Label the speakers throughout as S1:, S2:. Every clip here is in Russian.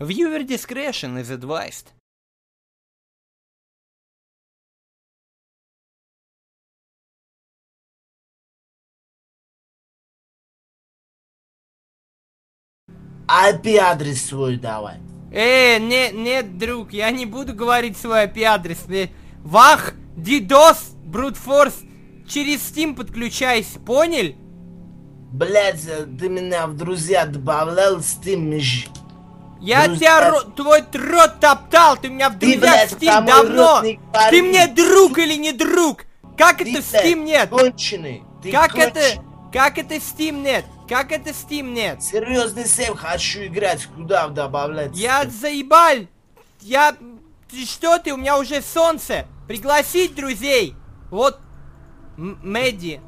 S1: Viewer discretion is advised.
S2: IP адрес свой давай.
S1: Э, не, нет, друг, я не буду говорить свой IP-адрес. Э, Вах, дидос, брутфорс, через Steam подключайся, понял?
S2: Блять, ты меня в друзья добавлял с тем меж...
S1: Я
S2: Друзья-
S1: тебя ро- твой рот топтал, ты меня в
S2: Ты,
S1: друзьях
S2: блядь,
S1: в
S2: про
S1: Steam
S2: мой
S1: давно.
S2: рот не говори.
S1: Ты мне друг или не друг? Как это в
S2: блядь,
S1: Steam нет?
S2: Конченый. Ты
S1: Как
S2: конч-
S1: это, как это в Steam нет? Как это в Steam нет?
S2: Серьезный сейв хочу играть, куда добавлять?
S1: Я заебаль! Я... Ты что ты? У меня уже солнце! Пригласить друзей! Вот... М- Мэдди,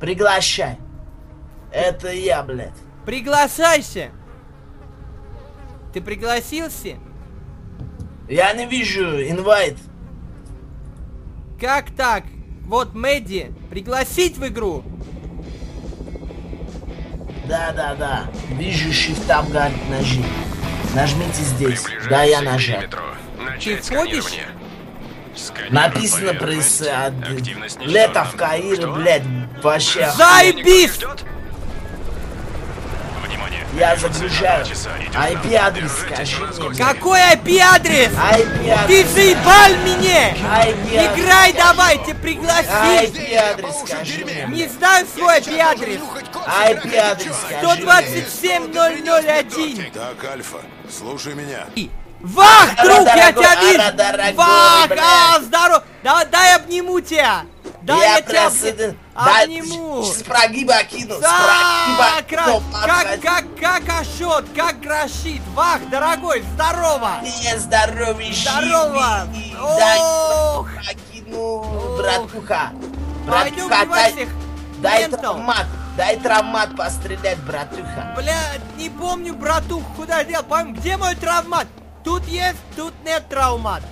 S2: Приглашай. Это я, блядь.
S1: приглашайся! Ты пригласился?
S2: Я не вижу инвайт.
S1: Как так? Вот Мэдди, пригласить в игру!
S2: Да-да-да. Вижу shift up guard нажми. Нажмите здесь.
S3: Приближаемся
S2: Да, я
S3: к
S2: нажал.
S3: периметру. Начать
S1: Ты входишь?
S3: сканирование. Сканируем
S2: Написано
S3: поверхность.
S2: пресс... а, д-
S3: Активность
S2: Лето
S3: ничтожна.
S2: в Каире,
S3: Что?
S2: блядь, вообще.
S1: За- Заебись!
S3: Никто не ждет? Внимание.
S2: Я
S3: Вперед,
S2: загружаю. А
S3: два часа идет
S2: IP
S3: нам.
S2: адрес
S3: Держитесь,
S2: скажи
S3: у нас
S2: мне. А
S3: гости.
S1: Какой IP-адрес? Ты
S2: IP-адрес.
S1: заебаль мне!
S2: IP-адрес.
S1: Играй давай, тебя пригласить!
S2: IP-адрес скажи мне.
S1: Не знаю свой IP-адрес!
S2: IP-адрес скажи мне.
S1: 127001!
S4: Так, Альфа, слушай меня.
S1: И- Вах,
S2: Ара,
S1: друг, я
S2: дорогой,
S1: тебя вижу!
S2: ара, дорогой,
S1: Вах,
S2: блядь.
S1: а, здорово! Да, дай обниму тебя! Да, я, тебя
S2: просто-
S1: обни-
S2: да,
S1: обниму!
S2: С прогиба кину, с
S1: Да,
S2: прогиба
S1: кра-
S2: кину,
S1: как,
S2: подходи.
S1: как, как Ашот, как Грошит! Вах, дорогой, здорово!
S2: Мне здоровье
S1: Здорово.
S2: живи.
S1: Ох.
S2: Дай прокину,
S1: Ох.
S2: братуха.
S1: Пойдем
S2: Братуха,
S1: убивать
S2: дай,
S1: всех
S2: дай
S1: ментов.
S2: травмат, дай травмат пострелять, братуха.
S1: Блядь, не помню, братух, куда я дел, помню, где мой травмат? Тут есть, тут нет травмат.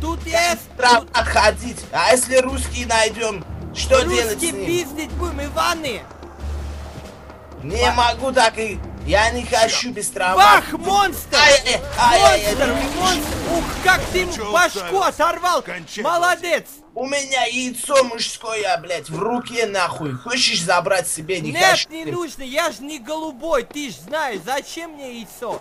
S1: Тут есть, тут
S2: Травмат ходить, а если русские найдем, что делать с
S1: русские
S2: ним?
S1: пиздить будем, Иваны.
S2: Не могу так и... Я не хочу без травмат.
S1: Бах, монстр!
S2: Ай-яй-яй, ай-яй-яй.
S1: Монстр, монстр! Ух, как ты ему
S4: Чё
S1: башку
S4: уставился?
S1: оторвал!
S4: Кончай,
S1: Молодец!
S2: У меня яйцо мужское, блядь, в руке нахуй. Хочешь забрать себе, не
S1: Нет,
S2: хочу.
S1: не нужно, я же не голубой, ты ж знаешь, зачем мне яйцо?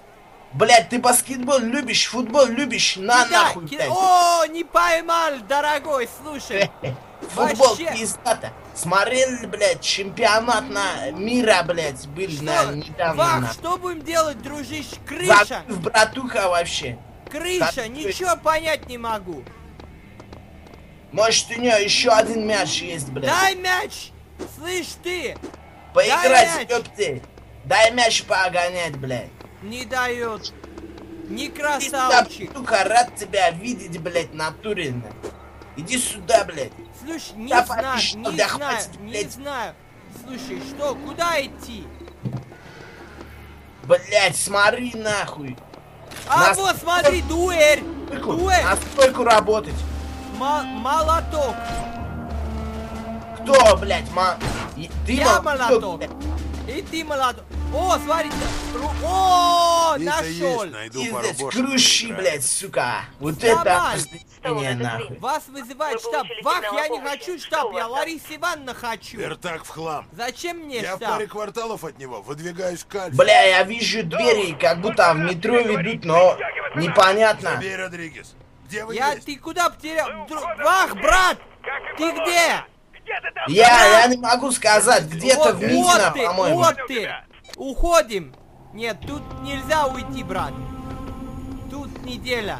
S2: Блядь, ты баскетбол любишь, футбол любишь, на
S1: Кидай,
S2: нахуй,
S1: кидай.
S2: блядь.
S1: О, не поймал, дорогой, слушай.
S2: Футбол
S1: Вообще.
S2: пиздата. Смотрели, блядь, чемпионат на мира, блядь, были на
S1: Что?
S2: недавно.
S1: Вах,
S2: на.
S1: что будем делать, дружище? Крыша!
S2: Забыв, братуха вообще.
S1: Крыша,
S2: Так,
S1: ничего понять не могу.
S2: Может у нее еще один мяч есть, блядь.
S1: Дай мяч! Слышь ты, дай мяч.
S2: Поиграть, ёпты. Дай мяч погонять, блядь.
S1: не дает. Не
S2: Ты
S1: красавчик.
S2: братуха, рад тебя видеть, блядь, натуренно. Иди сюда, блядь.
S1: Слушай, не
S2: Да
S1: знаю,
S2: подпиши,
S1: не
S2: да
S1: знаю,
S2: хватит,
S1: не
S2: блядь.
S1: знаю. Слушай, что, куда идти?
S2: Блядь, смотри нахуй.
S1: А
S2: Нас-
S1: вот смотри, дуэль! Дуэль!
S2: Настолько работать.
S1: Мо- молоток!
S2: Кто, блядь, ма... И- Ты
S1: Я
S2: мол-
S1: молоток!
S2: блядь.
S1: И ты молоток! О, смотри! ру- О,
S4: Это
S1: нашел!
S4: есть, найду пару
S2: Пиздец,
S4: бошек.
S2: крущи, блядь, сука. Вот это
S1: Давай.
S2: обсуждение, нахуй.
S1: Вас вызывает
S5: Вы
S1: штаб.
S5: получили
S1: Вах,
S5: сигнал
S1: я
S5: о
S1: не
S5: помощи.
S1: хочу
S5: Что
S1: штаб,
S5: у вас
S1: я
S5: там?
S1: Ларис Ивановна хочу.
S4: Вертак в хлам.
S1: Зачем мне
S4: Я в
S1: штаб?
S4: паре кварталов от него выдвигаюсь к Альфе.
S2: Бля, я вижу двери, как будто в метро ведут, но непонятно.
S4: Забей, Родригес. Где вы
S1: Я,
S4: есть?
S1: ты куда потерял? Дру- Вах, брат! Ты где?
S2: Я, я не могу сказать, где-то
S1: Вот,
S2: в
S1: вот
S2: Минино,
S1: ты,
S2: по-моему.
S1: вот ты! Уходим! Нет, тут нельзя уйти, брат. Тут неделя.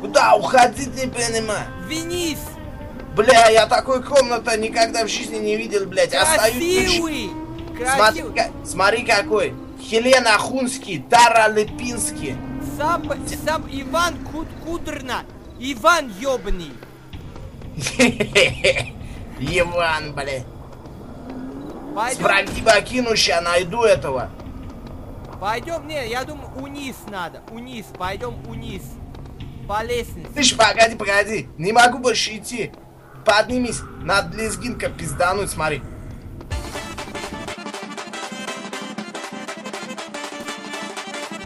S2: Куда уходить, не понимаю.
S1: Винис!
S2: Бля, я такой комнаты никогда в жизни не видел, блядь. Остаюсь. ключи.
S1: Красивый!
S2: Смотри,
S1: Красивый!
S2: ка- смотри какой. Хелен Ахунский, Тара Лепинский.
S1: Сам, сам Иван Куд- Кудерна! Иван ёбаный!
S2: Иван, блядь. С
S1: Пойдем
S2: прогиба кину, ща найду этого.
S1: Пойдем, не, я думаю, униз надо. Униз, пойдем униз. По лестнице.
S2: Ты ж погоди, погоди, не могу больше идти. Поднимись, надо лезгинка пиздануть, смотри.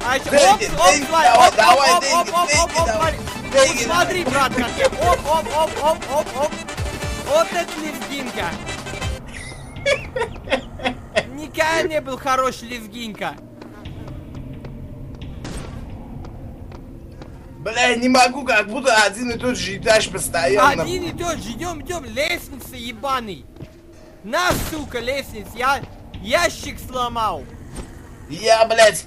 S1: А чё- оп,
S2: Деньги,
S1: оп,
S2: деньги,
S1: тварь,
S2: давай,
S1: оп,
S2: давай,
S1: оп,
S2: деньги,
S1: оп, оп,
S2: деньги,
S1: оп, оп,
S2: давай.
S1: тварь.
S2: Деньги
S1: Вот
S2: давай.
S1: смотри, брат, как я. Оп, оп, оп, оп, оп, оп, оп. Вот это лезгинка. Никогда не был хорош лезгинка.
S2: Бля, не могу, как будто один и тот же этаж постоянно.
S1: Один и тот же, идем, идем, лестница ебаный. На, сука, лестница, я ящик сломал.
S2: Я, блядь.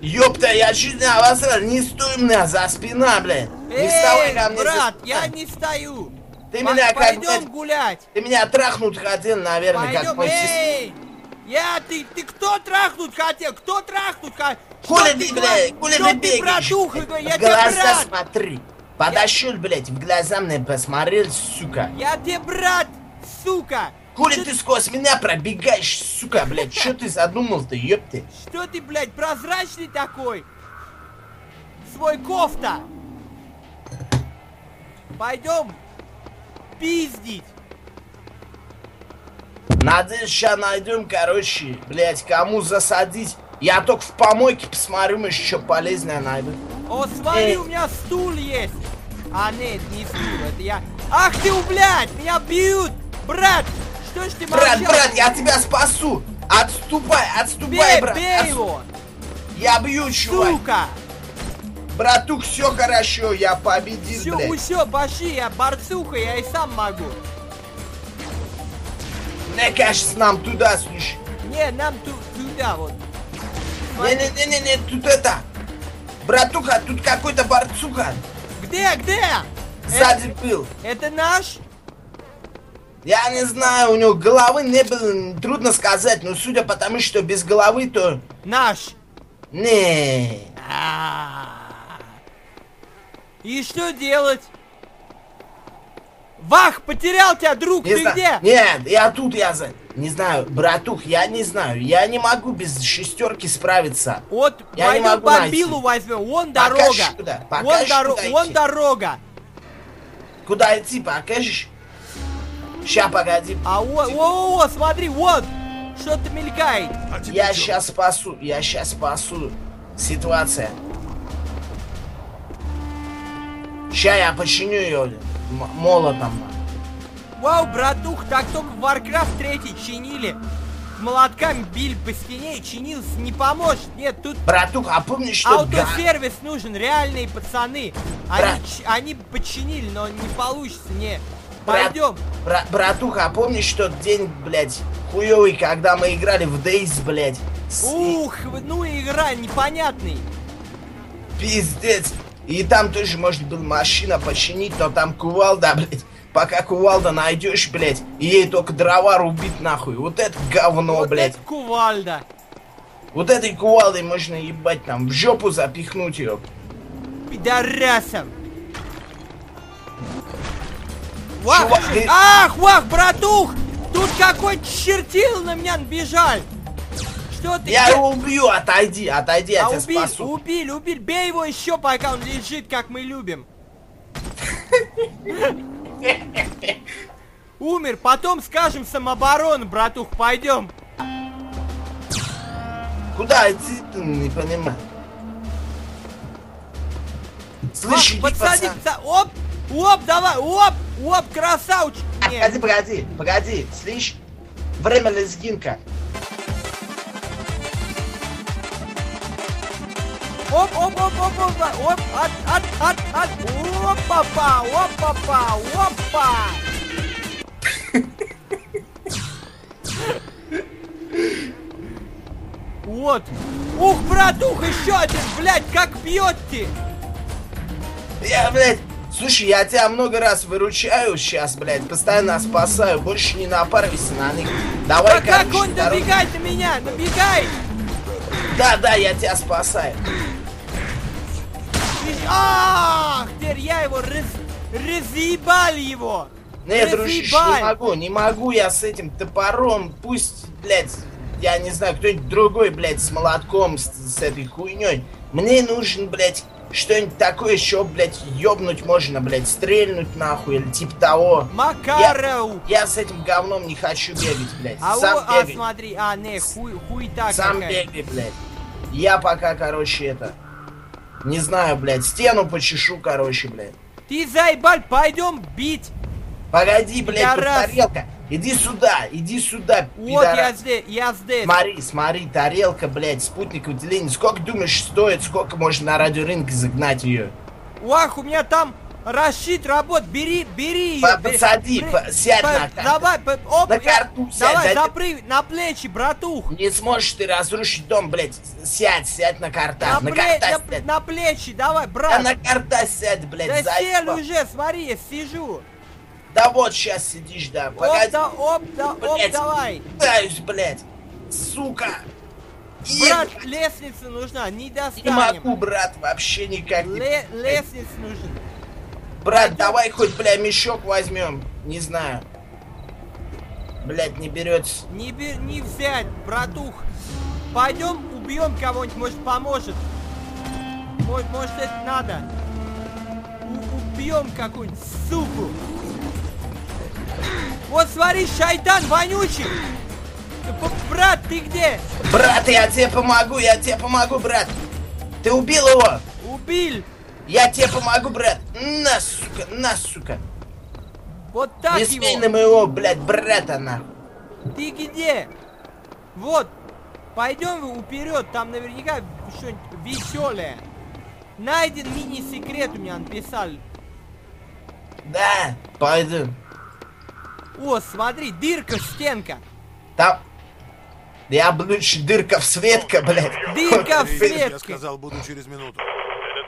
S2: Ёпта, я чуть не обосрал. Не стой у меня за спина, блядь. Не вставай
S1: Эй,
S2: ко мне. за
S1: брат,
S2: спиной.
S1: я не стою.
S2: Ты
S1: По-
S2: меня как, блядь,
S1: Пойдем гулять.
S2: ты меня трахнуть хотел, наверное, как
S1: Пойдем,
S2: мой сестра.
S1: эй! Я, ты, ты кто трахнуть хотел? Кто трахнуть хотел?
S2: Хули ты, блядь, хули
S1: что
S2: ты
S1: ты,
S2: бегаешь?
S1: братуха,
S2: блядь?
S1: я
S2: В
S1: тебе
S2: глаза
S1: брат!
S2: смотри. Подошел, блядь, в глаза мне посмотрел, сука.
S1: Я тебе брат, сука!
S2: Хули ты сквозь меня пробегаешь, сука, блядь. Что ты задумал-то, ёпты?
S1: Что ты, блядь, прозрачный такой? Свой кофта! Пойдем пиздить!
S2: Надеюсь, сейчас найдем, короче, блядь, кому засадить. Я только в помойке посмотрю, может, что полезное найду.
S1: О, смотри,
S2: Эй.
S1: у меня стул есть! А, нет, не стул, это я... Ах ты, блядь, меня бьют! Брат, что ж ты
S2: Брат,
S1: молчал?
S2: брат, я тебя спасу! Отступай, отступай,
S1: Бей,
S2: брат! а
S1: бей
S2: отступ-
S1: его!
S2: Я бью, чувак!
S1: Сука!
S2: Братух, все хорошо, я победил,
S1: Все,
S2: блядь!
S1: все, баши, я борцуха, я и сам могу.
S2: Мне кажется, нам туда, слушай.
S1: Не, нам ту- туда вот.
S2: Не-не-не-не, тут это... Братуха, тут какой-то борцуха
S1: Где, где? Э.
S2: сзади был.
S1: Это, это наш?
S2: Я не знаю, у него головы не было, м, трудно сказать, но судя по тому, что без головы, то...
S1: Наш.
S2: Не.
S1: А. И что делать? Вах, потерял тебя, друг,
S2: Не
S1: ты
S2: зна-
S1: где?
S2: Нет, я тут, я за... Не знаю, братух, я не знаю, я не могу без шестерки справиться.
S1: Вот,
S2: Я не
S1: пойдем
S2: могу
S1: бомбилу
S2: найти.
S1: возьмем, вон
S2: Покажешь
S1: дорога.
S2: куда?
S1: Вон,
S2: Покажешь,
S1: доро-
S2: куда
S1: вон
S2: идти?
S1: дорога.
S2: Куда идти, покажешь? Ща, погоди.
S1: А о, о, о, смотри, вот. Что-то мелькает.
S4: А тебе
S2: Я
S4: чё?
S2: сейчас спасу, я сейчас спасу. Ситуация. Ща я починю ее молотом.
S1: Вау, братух, так только в Warcraft 3 чинили. Молотками били по стене и чинился, не поможет. Нет, тут
S2: Братух, а помнишь, что... га-
S1: автосервис нужен, реальные пацаны.
S2: Брат.
S1: Они, ч- они починили, но не получится, не.
S2: Брат-
S1: Пойдем.
S2: бра- братуха, а помнишь тот день, блядь, хуёвый, когда мы играли в Дейс, блядь? С-
S1: Ух, вы- ну и игра непонятный.
S2: Пиздец. И там тоже, может, был машина починить, но там кувалда, блядь. Пока кувалда найдешь, блядь, и ей только дрова рубить нахуй. Вот это говно,
S1: вот
S2: блядь.
S1: это кувальда.
S2: Вот этой кувалдой можно ебать там в жопу запихнуть ее.
S1: Пидорасом. Вах,
S2: Чувак, ты-
S1: ах, вах, братух! Тут какой чертил на меня набежал! Что ты?
S2: Я
S1: де-
S2: его убью, отойди, отойди, я
S1: А
S2: тебя
S1: убили,
S2: спасу.
S1: убили, убили, бей его еще, пока он лежит, как мы любим. Умер, потом скажем самооборону, братух, пойдем.
S2: Куда идти, ты не понимаю. Слышь, иди,
S1: подсади,
S2: пацан.
S1: пса- оп, оп, давай, оп, оп, красавчик. Нет.
S2: Погоди, погоди, погоди, слышь. Время лезгинка.
S1: Оп, оп, оп, оп, оп, оп, оп, от, от, от, от, опа-па, опа-па, опа. Вот. Ух, братух, еще один, блядь, как бьет ты.
S2: Я, блядь, слушай, я тебя много раз выручаю сейчас, блядь, постоянно спасаю, больше не напарывайся на них. Давай,
S1: А как
S2: короче,
S1: он
S2: здорово.
S1: добегает на меня, добегает.
S2: Да, да, я тебя спасаю.
S1: И- Ах, теперь я его раз... Разъебал его.
S2: Нет, Ну, дружище, не
S1: Разъебал.
S2: могу, не могу я с этим топором, пусть, блядь, я не знаю, кто-нибудь другой, блядь, с молотком, с, с этой хуйней. Мне нужен, блядь, что-нибудь такое, еще, блядь, ёбнуть можно, блядь, стрельнуть нахуй, или типа того.
S1: Макаров.
S2: Я с этим говном не хочу бегать, блядь,
S1: А,
S2: сам
S1: о- а
S2: бегай,
S1: смотри, а, не, хуй, хуй так.
S2: сам бегай, блядь. Я пока, короче, это... Не знаю, блядь, стену почешу, короче, блядь.
S1: Ты заебал, пойдем бить.
S2: Погоди, блядь, тут
S1: Пидорас.
S2: тарелка. Иди сюда, иди сюда,
S1: Вот я
S2: пидорас.
S1: здесь, я здесь.
S2: Смотри, смотри, тарелка, блядь, спутник выделения. Сколько, думаешь, стоит, сколько можно на радиорынке загнать ее?
S1: Ох, у меня там Рашид работ, бери, бери ее.
S2: По- подсади, по- сядь на карту.
S1: Давай, по- оп,
S2: На
S1: я-
S2: карту сядь,
S1: Давай,
S2: да-
S1: запрыгивай на плечи, братух.
S2: Не сможешь ты разрушить дом, блядь. Сядь, сядь на картах, на,
S1: пле-
S2: картах
S1: на-
S2: сядь.
S1: на плечи, давай,
S2: Да
S1: брат.
S2: на картах сядь,
S1: Да
S2: блядь,
S1: сел
S2: заебал.
S1: уже, смотри, я сижу.
S2: Да вот сейчас сидишь, да.
S1: Оп,
S2: Погоди.
S1: да, оп, да, оп,
S2: Блядь.
S1: давай.
S2: Пытаюсь, блядь. Сука. И-
S1: Брат, лестница нужна, не
S2: не
S1: достанем.
S2: могу, брат, вообще никак не...
S1: Ле- лестница нужна.
S2: Брат, давай хоть, бля, мешок возьмем. Не знаю. Блядь, не берется.
S1: Не, бе- не взять, братух. Пойдем убьем кого-нибудь, может поможет. Мо- может это надо. У- убьем какую-нибудь суку. Вот смотри, шайтан вонючий. Ты по- Брат, ты где?
S2: Брат, я тебе помогу, я тебе помогу, брат. Ты убил его?
S1: Убил.
S2: Я тебе помогу, брат. На, сука, на, сука.
S1: Вот так
S2: не
S1: его.
S2: смей на моего, блядь, брата, нахуй.
S1: Ты где? Вот, пойдем уперед, там наверняка что-нибудь веселое. Найден мини-секрет у меня написали.
S2: Да, пойду.
S1: О, смотри, дырка, стенка.
S2: Там... Я облучу дырка в светка, блядь.
S1: Дырка в
S4: Привет, Я
S1: сетке.
S4: сказал, буду через минуту.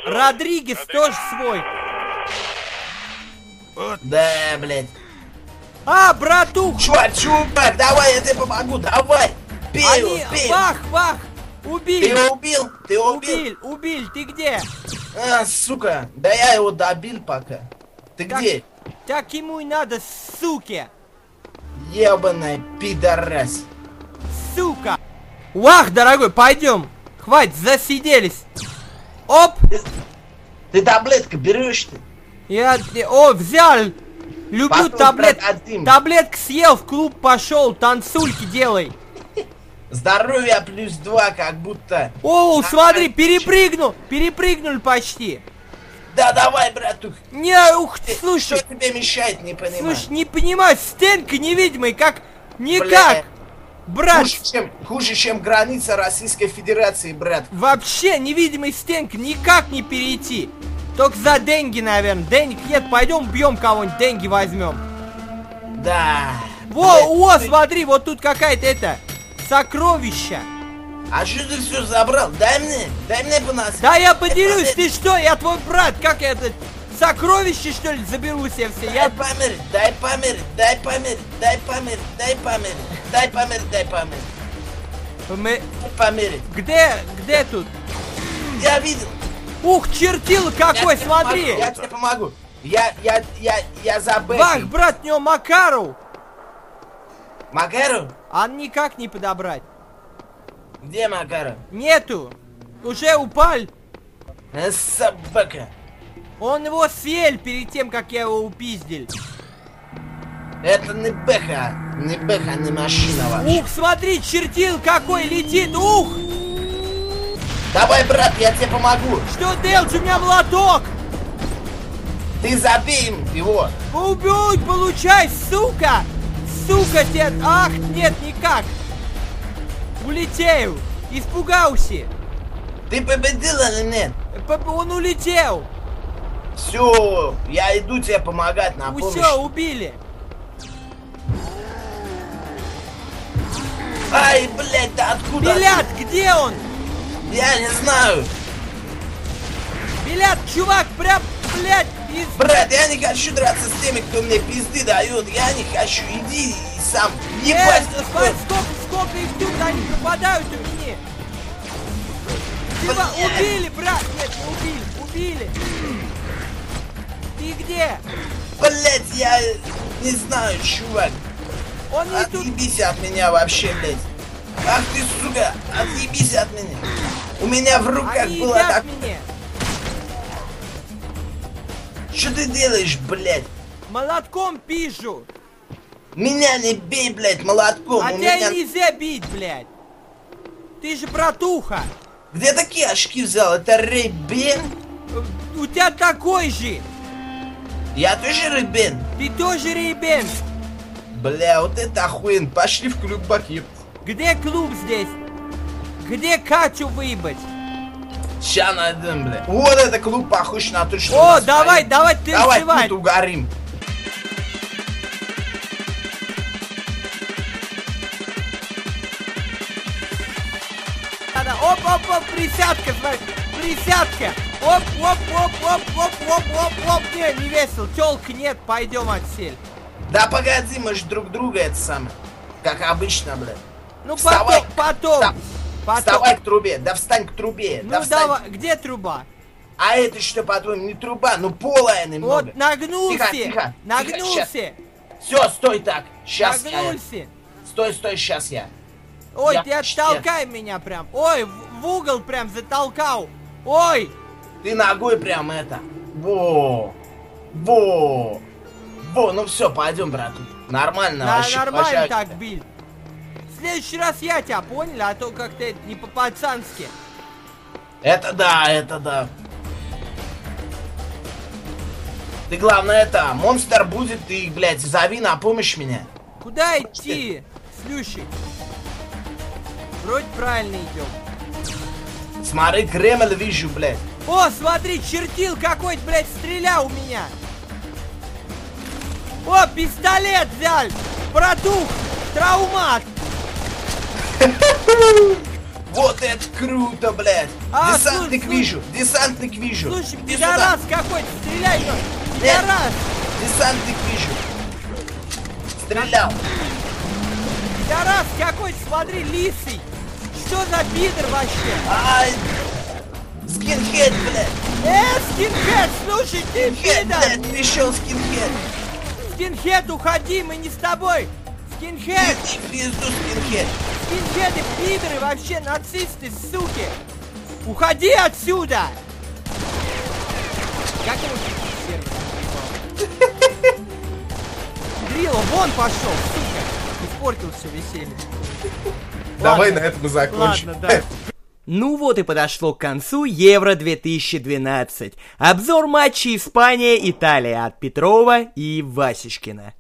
S1: Родригес тоже свой.
S2: Да, блядь.
S1: А, братух,
S2: Чувак, чувак, давай, я тебе помогу, давай. Бей его,
S1: они...
S2: бей.
S1: Вах, вах,
S2: Ты
S1: убили.
S2: его убил, ты его убил.
S1: Убил, убил, ты где?
S2: А, сука, да я его добил пока. Ты
S1: Так-
S2: где?
S1: Так ему и надо, суки.
S2: Ебаная пидорас.
S1: Сука. Вах, дорогой, пойдем. Хватит, засиделись. Оп,
S2: Ты таблетку берешь ты?
S1: Я... О, взял! Люблю
S2: Потом
S1: таблет...
S2: продадим.
S1: Таблетку съел, в клуб пошел, танцульки делай.
S2: Здоровье плюс два, как будто.
S1: О, смотри,
S2: Нормально.
S1: перепрыгнул! Перепрыгнули почти.
S2: Да давай, братух.
S1: Не, ух, ты,
S2: Ты-
S1: слушай,
S2: Что тебе мешает, не понимаю.
S1: слушай, не понимаю, стенка невидимая, как...
S2: Бля.
S1: Никак! Брат,
S2: хуже, чем, хуже, чем граница Российской Федерации, брат.
S1: вообще невидимой стенка никак не перейти. Только за деньги, наверное. Денег нет, пойдем бьем кого-нибудь, деньги возьмем.
S2: Да.
S1: Во,
S2: Блядь,
S1: о,
S2: ты-
S1: смотри, вот тут какая-то это... Сокровища.
S2: А что ты все забрал? Дай мне, дай мне по нас.
S1: Да я поделюсь, ты что, я твой брат, как я это, сокровище что ли заберу себе все,
S2: Дай
S1: я...
S2: померить, дай померить, дай померить, дай померить, дай померить, дай померить, дай померить,
S1: Мы-
S2: дай померить.
S1: Где, где тут?
S2: Я видел.
S1: Ух, чертил
S2: Я
S1: какой,
S2: тебе
S1: смотри!
S2: помогу, Я тебе помогу. Я, я, я, я забыл.
S1: Бах, брат, у него Макару!
S2: Макару?
S1: А никак не подобрать.
S2: Где Макару?
S1: Нету! Уже упал!
S2: Э, Собака.
S1: Он его съел перед тем, как я его упиздил.
S2: Это не бэха, а не бэха, не машина вообще.
S1: Ух, смотри, чертил какой летит! Ух!
S2: Давай, брат, я тебе помогу.
S1: Что делать? У меня молоток!
S2: Ты забей им его.
S1: Убей, получай, сука! Сука, тебе... Ах, нет, никак! Улетел! Испугался!
S2: Ты победил или нет?
S1: П- п- Он улетел!
S2: Все, я иду тебе помогать на помощь.
S1: Все, убили!
S2: Ай, блядь, да откуда? ты?
S1: Билят, где он?
S2: Я не знаю.
S1: Билят, чувак, прям, блядь, из...
S2: Брат, я не хочу драться с теми, кто мне пизды дает. Я не хочу. Иди и сам.
S1: Э,
S2: Ебать,
S1: смотри, сколько, сколько их тут, они попадают в мне! Типа,
S2: Блядь.
S1: убили, брат! Нет, не убили, убили! Ты где?
S2: блядь, я не знаю, чувак.
S1: Он не тут...
S2: Отъебись от меня вообще, блядь. Ах ты, сука, отъебись от меня. У меня в руках
S1: Они
S2: было
S1: едят
S2: так...
S1: меня!
S2: Что ты делаешь, блядь?
S1: Молотком пижу!
S2: Меня не бей, блядь, молотком.
S1: А
S2: У
S1: тебя
S2: меня...
S1: и нельзя бить, блядь! Ты же братуха!
S2: Где такие очки взял? Это Рыбин?
S1: Э, У тебя такой же.
S2: Я тоже Рыбин.
S1: Ты тоже ребен.
S2: Бля, вот это охуенно. Пошли в клуб Бакир.
S1: Где клуб здесь? Где Катю выбить?
S2: Ща найдем, бля. Вот это клуб похож на то, что... у
S1: О,
S2: нас
S1: давай,
S2: поет.
S1: давай
S2: Давай
S1: танцевать.
S2: тут угорим.
S1: Надо. Оп, оп, оп, присядка, смотри, присядка. Оп, оп, оп, оп, оп, оп, оп, оп. Не, не весело, телка нет, пойдем отсель.
S2: Да погоди, мы ж друг друга это самое. Как обычно, бля.
S1: Ну
S2: Вставай.
S1: потом,
S2: Вста-
S1: потом. потом.
S2: Вставай к трубе, да встань к трубе, да
S1: Ну
S2: встань.
S1: давай, где труба?
S2: А это что, по-твоему, не труба, ну полая немного.
S1: Вот нагнулся,
S2: Тихо, тихо,
S1: нагнулся,
S2: тихо, Все, стой так, сейчас я.
S1: нагнулся.
S2: Стой, стой, сейчас я.
S1: Ой,
S2: Я
S1: ты
S2: почти.
S1: оттолкай меня прям. Ой, в, в угол прям затолкал. Ой,
S2: Ты ногой прям это. Во, во, во, ну все, пойдем, братан.
S1: на-
S2: Нормально Ну, вообще,
S1: нормально
S2: обожаю
S1: так
S2: тебя.
S1: бил. В следующий раз я тебя понял, а то как-то это не по-пацански.
S2: Это да, это да. Ты главное это, монстр будет, ты, блядь, зови на помощь меня.
S1: Куда идти, Слющик? Вроде правильно идем.
S2: Смотри, Кремль вижу, блядь.
S1: О, смотри, чертил какой-то, блядь, стрелял у меня. О, пистолет взял. Братух, траумат.
S2: Вот это круто, блядь!
S1: А, слушай,
S2: десантник
S1: слушай.
S2: вижу! Десантник вижу!
S1: Слушай,
S2: Иди сюда.
S1: пидорас какой-то, стреляй, ёль.
S2: Нет.
S1: пидорас,
S2: Десантник вижу! Стрелял!
S1: пидорас какой-то, смотри, лисый. Что за пидор вообще?
S2: Ай! Скинхед, блядь!
S1: Э, скинхед, слушай, ты
S2: Хед,
S1: пидор.
S2: блядь! Пришел скинхед!
S1: Скинхед, уходи, мы не с тобой. Скинхед.
S2: Иди в пизду, скинхед!
S1: Пиздеды, пидоры, вообще нацисты, суки! Уходи отсюда! Как его сервер? Грилл, вон пошел, сука! Испортил все веселье.
S2: Давай на этом и закончим.
S1: Ладно, да. Ну вот и подошло к концу Евро 2012. Обзор матчей Испания-Италия от Петрова и Васечкина.